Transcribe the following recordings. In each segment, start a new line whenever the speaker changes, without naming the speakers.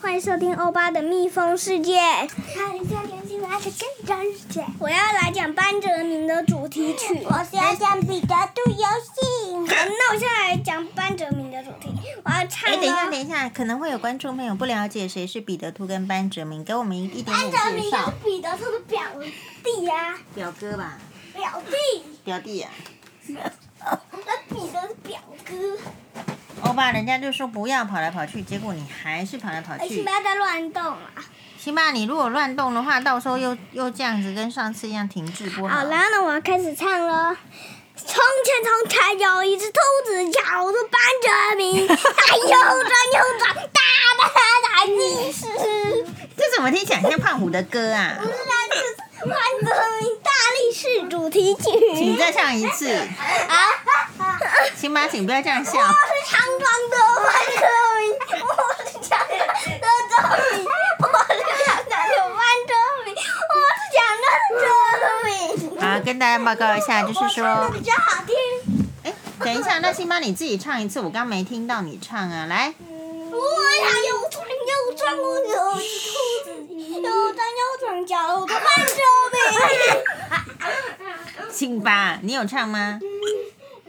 欢迎收听欧巴的蜜蜂世界。
看一下流星来的真真是。
我要来讲班哲明的主题曲。
我想讲彼得兔游戏。
那我现在来讲班哲明的主题，我要唱
哎，等一下，
了
等一下，可能会有观众朋友不了解谁是彼得兔跟班哲明，给我们一一点
班
点
哲明
介
就是
绍。
彼得兔的表弟呀、
表哥吧，
表弟。
表弟、啊。
那彼得是表哥。
欧巴，人家就说不要跑来跑去，结果你还是跑来跑
哎，请
去
不。要再乱动了。
辛巴，你如果乱动的话，到时候又又这样子跟上次一样停滞不
好，然后呢，我要开始唱了。从前从前有一只兔子叫做班哲明，它又转又转，大大大力士。
这怎么听起来像胖虎的歌啊？
嗯那是班哲明大力士主题曲
请再唱一次，
啊！
辛巴，请不要这样笑。
我是长长的班哲明，我是强壮的哲明，我是强壮的班哲明，我是强壮的哲明。
好，跟大家报告一下，就是说
我唱的，比较好听。
哎，等一下，那辛巴你自己唱一次，我刚没听到你唱啊，来。
我呀又转又转，我又是兔子，又转又转，叫我的班哲明。
辛巴，你有唱吗？
嗯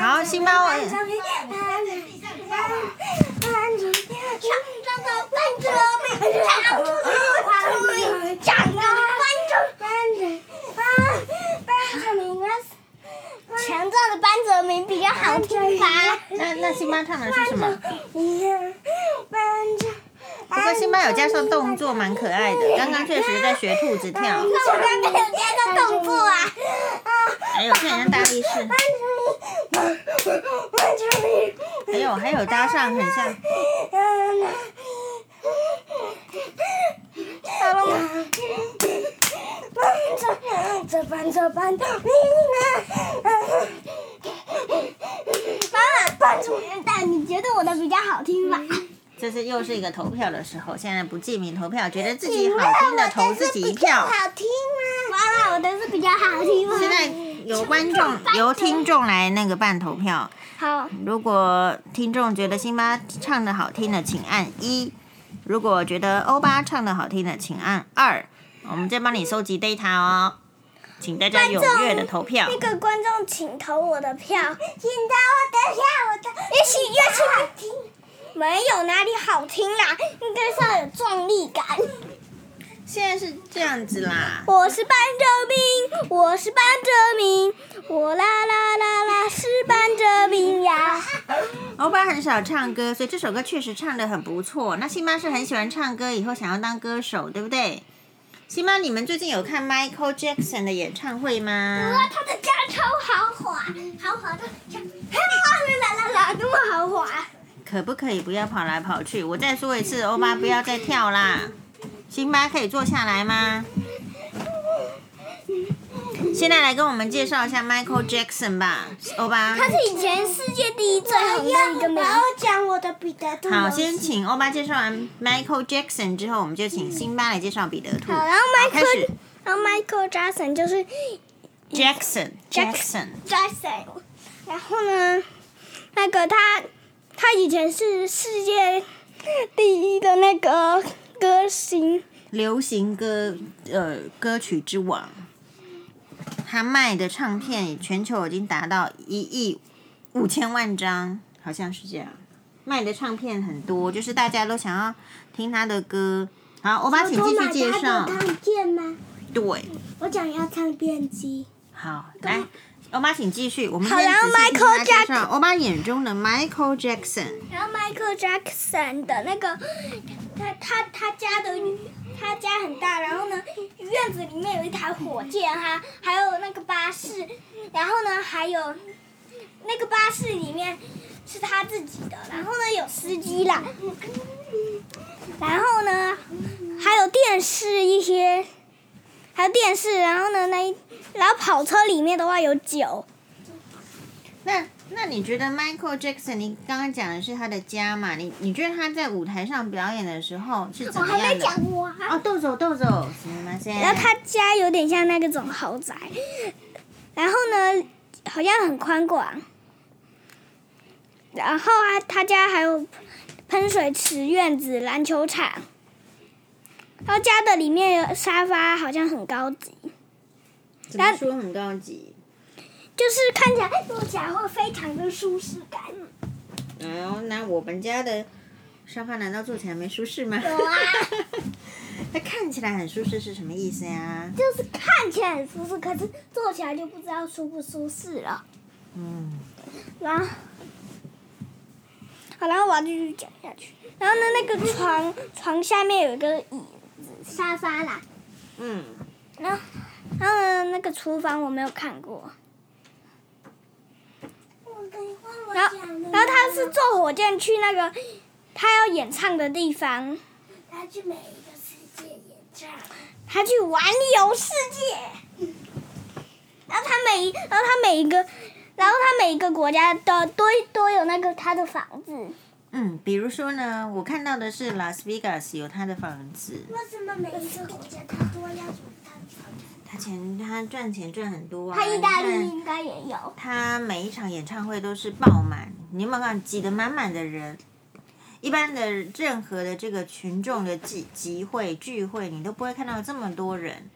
好，辛巴，我
强壮的班哲明比较好听吧？
那那辛巴唱的是什么？
不
不过辛巴有加上动作，蛮可爱的。刚刚确实在学兔子跳，
那我刚刚有加个动作啊，
还有看人家大力士，还有还有搭上很像。
这班这班的你呢？
妈妈，班主任蛋，你觉得我的比较好听吧？
这是又是一个投票的时候，现在不记名投票，觉得自己好听的投自己一票。
好听吗？
妈妈，我的是比较好听吗？
现在有观众由听众来那个办投票，
好，
如果听众觉得辛巴唱的好听的，请按一；如果觉得欧巴唱的好听的，请按二。我们再帮你收集 data 哦，请大家踊跃的投票。
那个观众请投我的票，
请到我的票，我的
也许也许
好听。
没有哪里好听啦，应该是要有壮丽感。
现在是这样子啦，
我是班哲明，我是班哲明，我啦啦啦啦是班哲明呀。
欧巴很少唱歌，所以这首歌确实唱的很不错。那辛巴是很喜欢唱歌，以后想要当歌手，对不对？辛巴，你们最近有看 Michael Jackson 的演唱会吗？
他的家超豪华，豪华的家，啦啦啦啦，那么豪华。
可不可以不要跑来跑去？我再说一次，欧巴不要再跳啦！辛巴可以坐下来吗？现在来跟我们介绍一下 Michael Jackson 吧，欧巴。
他是以前世界第一最红的一个名
我。要讲我的彼得兔。
好，先请欧巴介绍完 Michael Jackson 之后，我们就请辛巴来介绍彼得兔。
好，然后
开
Michael，
始
然后 Michael Jackson 就是
Jackson Jackson，
Jackson，然后呢，那个他他以前是世界第一的那个歌星，
流行歌呃歌曲之王，他卖的唱片全球已经达到一亿五千万张，好像是这样。卖的唱片很多，就是大家都想要听他的歌。好，欧巴，请继续介绍。
看见吗？
对，
我讲要唱变机。
好，来，欧巴，请继续。我们
好
先
然后
仔细听他
Michael
介绍欧巴眼中的 Michael Jackson。
然后 Michael Jackson 的那个他他他家的他家很大，然后呢院子里面有一台火箭哈，还有那个巴士，然后呢还有那个巴士里面是他自己的，然后呢有司机啦，然后呢，还有电视一些，还有电视，然后呢，那一然后跑车里面的话有酒，
那那你觉得 Michael Jackson，你刚刚讲的是他的家嘛？你你觉得他在舞台上表演的时候是
我
怎么
还
样
没
的？
讲完。
哦，豆走豆走，什么先？
然后他家有点像那个种豪宅，然后呢，好像很宽广。然后啊，他家还有喷水池、院子、篮球场。然后家的里面有沙发，好像很高级，
怎么说很高级？
就是看起来坐起来会非常的舒适感。
哎呦，那我们家的沙发难道坐起来没舒适吗？
有 啊，
它看起来很舒适是什么意思呀？
就是看起来很舒适，可是坐起来就不知道舒不舒适了。
嗯，
然后，好，然后我要继续讲下去。然后呢，那个床床下面有一个椅子沙发啦。
嗯，
然后，然后呢，那个厨房我没有看过。然后，然后他是坐火箭去那个他要演唱的地方，
他去每一个世界演唱，
他去环游世界。然后他每一，然后他每一个，然后他每一个国家的都都有那个他的房子。
嗯，比如说呢，我看到的是 Las Vegas 有他的房子，
为什么每一个国家他都要有他的房子？
他钱他赚钱赚很多啊。
他意大利
你看
应该也有。
他每一场演唱会都是爆满，你有没有看挤得满满的人？一般的任何的这个群众的集集会聚会，你都不会看到这么多人。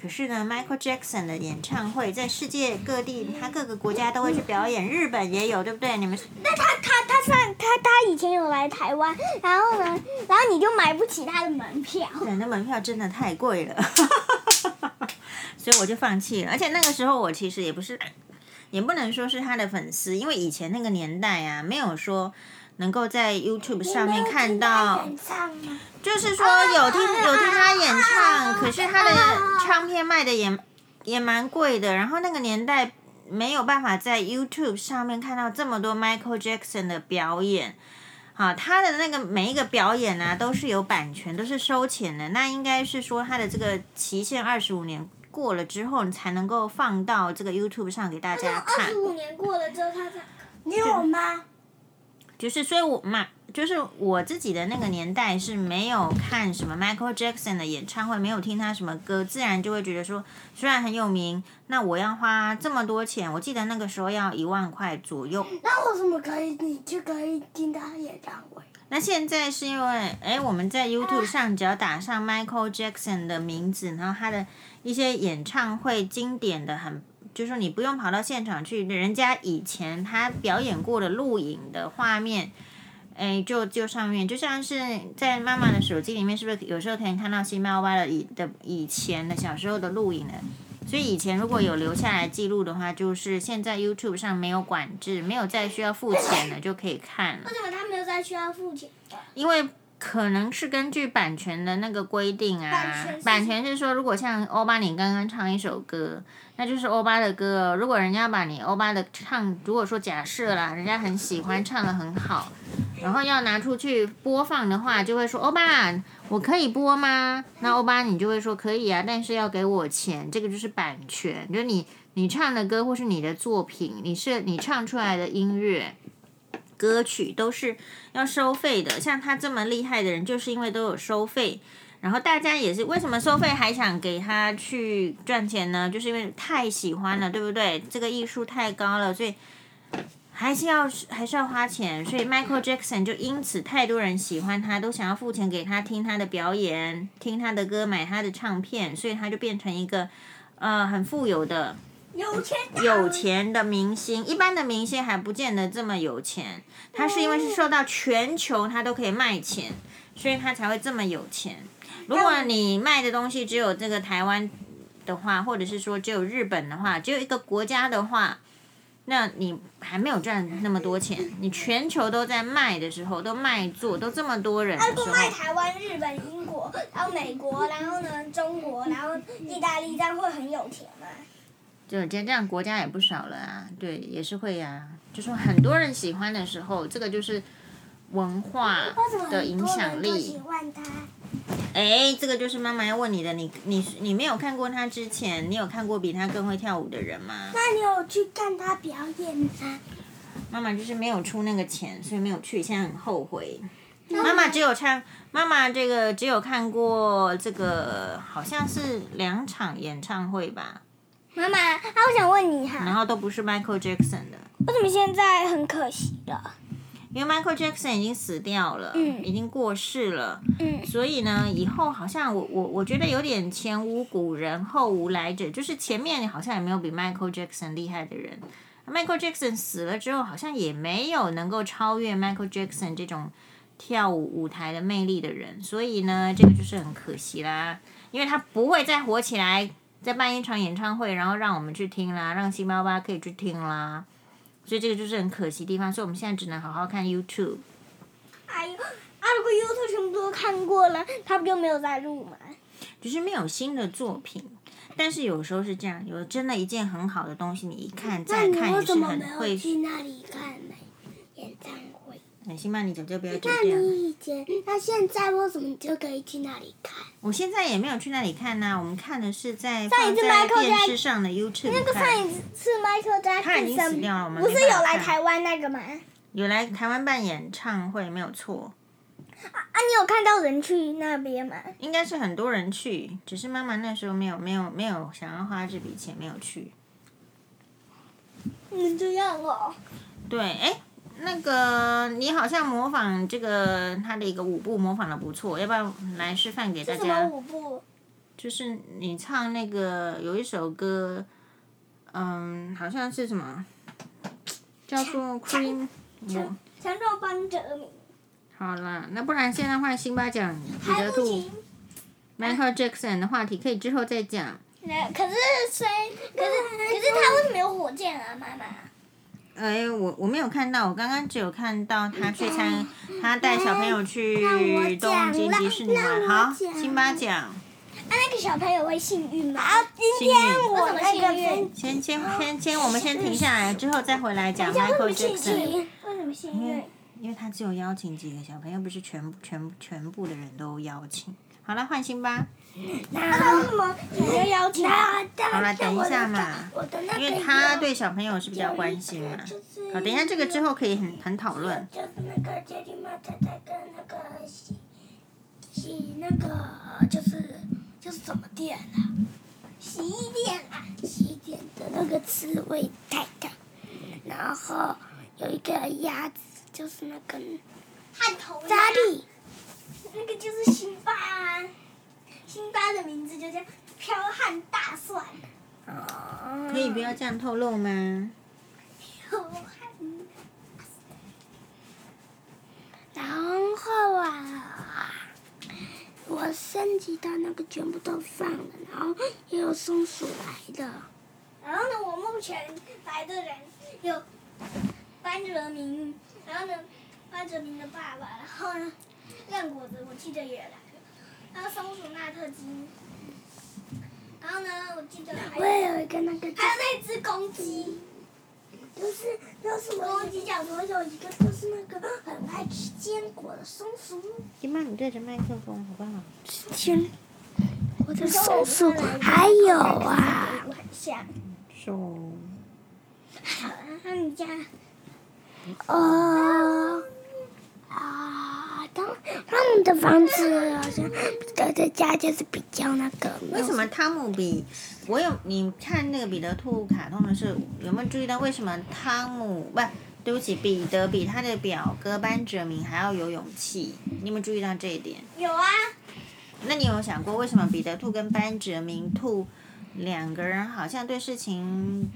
可是呢，Michael Jackson 的演唱会在世界各地，他各个国家都会去表演，日本也有，对不对？你们
那他他他上他他以前有来台湾，然后呢，然后你就买不起他的门票。
人的门票真的太贵了， 所以我就放弃了。而且那个时候我其实也不是，也不能说是他的粉丝，因为以前那个年代啊，没有说能够在 YouTube 上面看到，
演唱吗？
就是说有听有听他演唱，可是他的唱片卖的也也蛮贵的。然后那个年代没有办法在 YouTube 上面看到这么多 Michael Jackson 的表演。好，他的那个每一个表演啊，都是有版权，都是收钱的。那应该是说他的这个期限二十五年过了之后，你才能够放到这个 YouTube 上给大家看。
五年过了之后，他才
你有吗？
就是，所以我嘛，就是我自己的那个年代是没有看什么 Michael Jackson 的演唱会，没有听他什么歌，自然就会觉得说，虽然很有名，那我要花这么多钱，我记得那个时候要一万块左右。
那为什么可以你就可以听他演唱会？
那现在是因为，哎，我们在 YouTube 上只要打上 Michael Jackson 的名字，然后他的一些演唱会经典的很，就是你不用跑到现场去，人家以前他表演过的录影的画面，哎，就就上面，就像是在妈妈的手机里面，是不是有时候可以看到新猫歪的以的以前的小时候的录影的？所以以前如果有留下来记录的话，就是现在 YouTube 上没有管制，没有再需要付钱了，就可以看了。
为什么他没有再需要付钱？
因为可能是根据版权的那个规定啊，
版
版
权
权
是
是说，如果像欧巴你刚刚唱一首歌，那就是欧巴的歌哦。如果人家把你欧巴的唱，如果说假设啦，人家很喜欢，唱的很好，然后要拿出去播放的话，就会说欧巴，我可以播吗？那欧巴你就会说可以啊，但是要给我钱，这个就是版权，就是你你唱的歌或是你的作品，你是你唱出来的音乐。歌曲都是要收费的，像他这么厉害的人，就是因为都有收费，然后大家也是为什么收费还想给他去赚钱呢？就是因为太喜欢了，对不对？这个艺术太高了，所以还是要还是要花钱。所以 Michael Jackson 就因此太多人喜欢他，都想要付钱给他听他的表演，听他的歌，买他的唱片，所以他就变成一个呃很富有的
有钱
有钱的明星，一般的明星还不见得这么有钱。他是因为是受到全球他都可以卖钱，所以他才会这么有钱。如果你卖的东西只有这个台湾的话，或者是说只有日本的话，只有一个国家的话，那你还没有赚那么多钱。你全球都在卖的时候，都卖座，都这么多人的
他不
时
卖
候，
台湾、日本、英国，然后美国，然后呢中国，然后意大利，这样会很有钱吗？
就这样国家也不少了啊，对，也是会呀、就说很多人喜欢的时候，这个就是文化
为什么
的影响
很多人都喜
力。
欢他？
哎，这个就是妈妈要问你的，你你你没有看过他之前，你有看过比他更会跳舞的人吗？
那你有去看他表演吗？
妈妈就是没有出那个钱，所以没有去，现在很后悔。妈妈只有唱，妈妈这个只有看过这个，好像是两场演唱会吧，
妈妈，啊，我想问你
然
哈，
后都不是 Michael Jackson 的，
为什么现在很可惜了？
因为 Michael Jackson 已经死掉了，
嗯
已经过世了，
嗯
所以呢，以后好像我我我觉得有点前无古人后无来者，就是前面好像也没有比 Michael Jackson 厉害的人。Michael Jackson 死了之后，好像也没有能够超越 Michael Jackson 这种跳舞舞台的魅力的人，所以呢，这个就是很可惜啦，因为他不会再火起来，再办一场演唱会，然后让我们去听啦，让新巴巴可以去听啦，所以这个就是很可惜的地方，所以我们现在只能好好看 YouTube。
哎呦，啊，如果 YouTube 全部都看过了，他不就没有再录吗？
只是没有新的作品。但是有时候是这样，有真的一件很好的东西，你一看
那
再
你
看
为
也
什
是
么
很
没有
会。
去那里看呢？演唱会？
很心曼，你早就不要这
那
样。
你以前，那现在为什么你就可以去那里看？
我现在也没有去那里看呐、我们看的是在
上
放
一次
在
Michael
电
Jack-
视上的 YouTube
那个
看
上一次 Michael
他已经
Jackson
死掉了我们
不是
没办
有
法
来
看
台湾那个吗？啊，
有来台湾办演唱会，没有错，
啊你有看到人去那边吗？
应该是很多人去，只是妈妈那时候没有没有没有想要花这笔钱，没有去。
嗯，这样哦。
对，哎，那个你好像模仿这个他的一个舞步模仿的不错，要不要来示范给大
是
家？
什么舞步？
就是你唱那个有一首歌，嗯，好像是什么，叫做 Cream。我
强壮帮哲明。
好啦，那不然现在换辛巴奖彼
还
得
不
兔
行。
Michael Jackson 的话题，可以之后再讲。
那可是谁？可是可是他为什么有火箭嗯啊，妈妈？
哎，我我没有看到，我刚刚只有看到他去参，他带小朋友去
哎我
东
讲
京迪士尼玩。
让
好，
我讲哎
辛巴奖，
啊，那个小朋友会幸运吗？啊，
幸运。
我那个分
先先先先，我们先停下来，之后再回来讲
为什么
Michael
幸
Jackson。
运？为什么幸运？
因为他只有邀请几个小朋友，不是全部全部全部的人都邀请。好了，换新吧，
那他啊为什么你就邀请？
好
好
啦等一下嘛
我的那
因
个，
为他对小朋友是比较关心嘛。
就是
好，等一下这个之后可以很很讨论。
就是那个杰里马太太跟那个洗洗那个就是就是什么店啊？洗衣店啊，洗衣店的那个刺猬太太，然后有一个鸭子，就是那个
汉头
扎里，
那个就是辛巴啊，辛巴的名字就叫彪悍大蒜。
可以不
哦
要这样透露吗？
彪悍
然后啊，我升级到那个全部都放了，然后也有松鼠来的。
然后呢，我目前来的人有班哲明，然后呢，班哲明的爸爸，然后呢，烂果子我记得也来了，然后松鼠纳特金，然后呢，我记得还
我
有
也有一个那个，
还有那只公鸡，
就是就是我
公鸡叫什么
我？有一个就是那个很爱吃坚果的松鼠，
辛巴，你对着麦克风好不啊好？
天，我的松鼠还有啊，
我很像。
手。
好了，那你家
哦啊，当他们的房子好像的的家就是比较那个，
为什么汤姆比我有你看那个彼得兔卡通的时候，有没有注意到为什么汤姆不？对不起，彼得比他的表哥班哲明还要有勇气。你有没有注意到这一点？
有啊，
那你有想过为什么彼得兔跟班哲明兔两个人好像对事情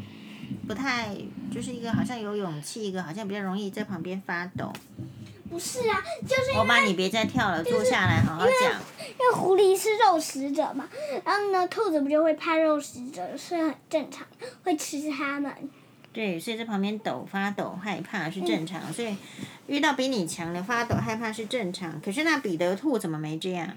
不太，就是一个好像有勇气，一个好像比较容易在旁边发抖。
不是啊，就是因
欧
为
巴，你别再跳了，坐下来好好讲。
因为狐狸是肉食者嘛，然后呢，兔子不就会怕肉食者，是很正常，会吃它们。
对，所以在旁边抖发抖害怕是正常，所以遇到比你强的发抖害怕是正常。可是那彼得兔怎么没这样？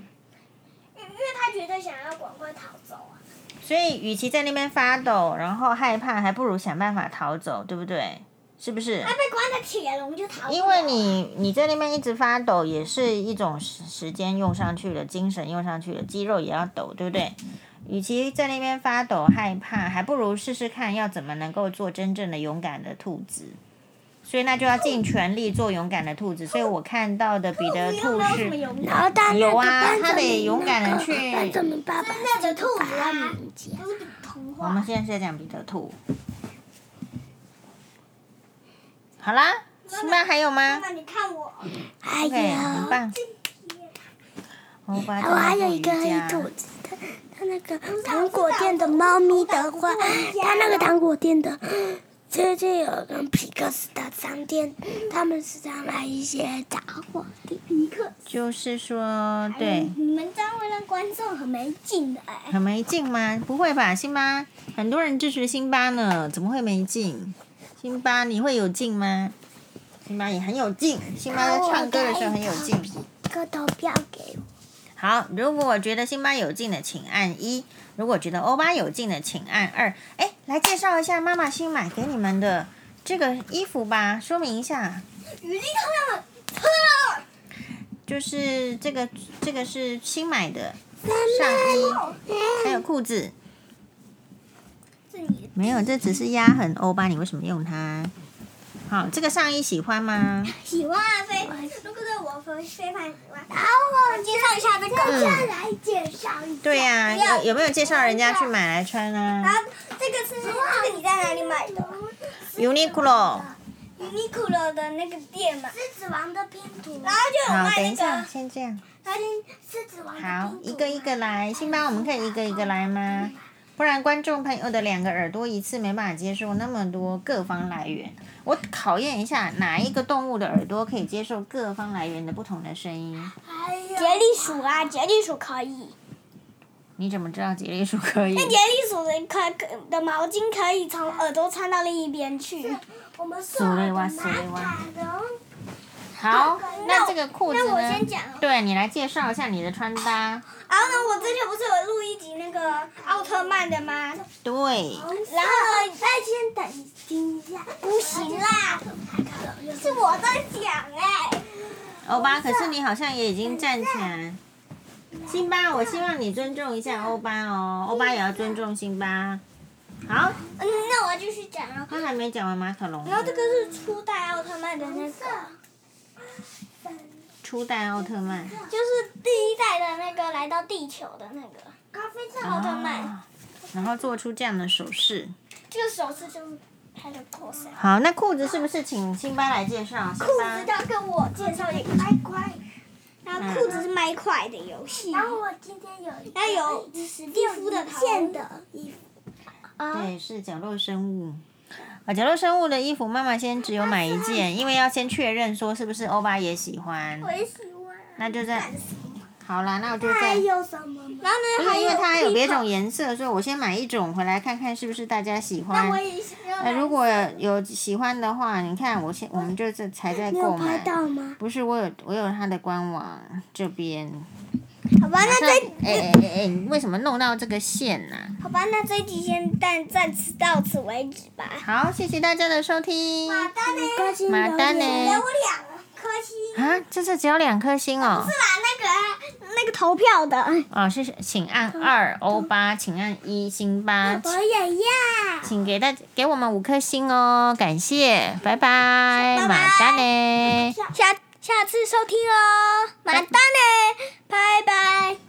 因因为它觉得想要赶快逃走啊。
所以与其在那边发抖，然后害怕，还不如想办法逃走，对不对？是不是？
它被关在铁笼就逃不了啊
因为你你在那边一直发抖，也是一种时时间用上去了，精神用上去了，肌肉也要抖，对不对？与其在那边发抖害怕，还不如试试看要怎么能够做真正的勇敢的兔子。所以那就要尽全力做勇敢的兔子。所以我看到的彼得
哦又
兔
没有什么
是，
勇
然后但那
有
个
啊
班
他
长
得勇敢地去
班长明爸爸
那个兔子啊
发明家
不是童
我
话
们，现在是在讲彼得兔。好啦，辛巴还有
妈
吗
妈你看我，
还
？OK，很
有，
棒。黄瓜
我还有一个
做瑜
黑
伽
兔子，它它那个糖果店的猫咪的话，它那个糖果店的最近有跟皮克斯的商店，他们时常来一些杂货店。
尼克。
就是说，对，
你们这样会让观众很没劲的哎。
很没劲吗？不会吧，辛巴，很多人支持辛巴呢，怎么会没劲？辛巴，你会有劲吗？辛巴也很有劲，辛巴在唱歌的时候很有劲。
一个投票给我，
好，如果我觉得辛巴有劲的，请按一；如果觉得欧巴有劲的，请按二。哎，来介绍一下妈妈新买给你们的这个衣服吧，说明一下，
雨林他们特
就是这个这个是新买的上衣，还有裤子。
是你
没有，这只是压痕欧巴，你为什么用它？好，这个上衣喜欢吗？
喜欢啊非，如果是我非非常喜欢。然后介绍一下这
嗯
个，来介绍一下。
对呀、
不要
有有没有介绍人家去买来穿
然
啊
后这个是这个你在哪里买的
？Uniqlo。
？Uniqlo 的那个店嘛。
狮子王的拼图
然后就有
好，啊等
卖那
一下，
个，
先这样。
然后就
狮子王
好，一个一个来。辛巴，我们可以一个一个来吗？不然观众朋友的两个耳朵一次没办法接受那么多各方来源。我考验一下，哪一个动物的耳朵可以接受各方来源的不同的声音？
还有
杰利鼠啊，杰利鼠可以。
你怎么知道吉利鼠可以？
那杰利鼠的可可的毛巾可以从耳朵穿到另一边去。
我们是
索雷哇
马
索雷哇
卡龙，
好，
那
那
我
这个裤子呢？
那我先讲哦
对你来介绍一下你的穿搭。
然后呢，我之前不是有录一集那个奥特曼的吗？
对，
然后呢，
再先等一听一下，
不行啦，
马卡龙又
是我在讲哎、
欧巴，可是你好像也已经站起来。辛巴，我希望你尊重一下欧巴哦，欧巴也要尊重辛巴。好，
嗯，那我要继续讲啊。
他还没讲完马卡龙。
然后这个是初代奥特曼的那个，
初代奥特曼。
就是第一代的那个来到地球的那个
咖啡色
奥特曼，
哦然后做出这样的手势。
这个手势就是他的 pose。
好，那裤子是不是请辛巴来介绍？
裤
辛
子
巴，
要跟我介绍一块块，然后裤子是麦块的游戏，
然后我今天有一个
还有肌肤的头
线的衣服，
啊，
对，是角落生物。啊，角落生物的衣服，妈妈先只有买一件，因为要先确认说是不是欧巴也喜欢。
也喜欢。
那就在，好啦，那我就
还
在。
有什么吗？
然后
因
呢还
为
有
因为它还有别种
Pico，
颜色，所以我先买一种回来看看是不是大家喜
那我
欢。
也想要
呃，
买。
如果有喜欢的话，你看我现我们就是才在
你有
购
拍
买。
哎
到吗？
不是我有我有它的官网这边。
好吧，那
那
这
哎哎哎哎，你为什么弄到这个线呢、
好吧，那这集先暂暂时到此为止吧。嗯
好，谢谢大家的收听。
丹呢？
关心
马
留
丹呢
言。
给我两颗星。
啊，这次只有两颗星哦。
是啦，那个那个投票的。
哦，是请按
嗯
二欧巴，请按一星巴，
我也要。
请给大给我们五颗星哦，感谢，拜拜，
拜拜
马丹呢？
下下次收听哦，马丹呢，拜拜。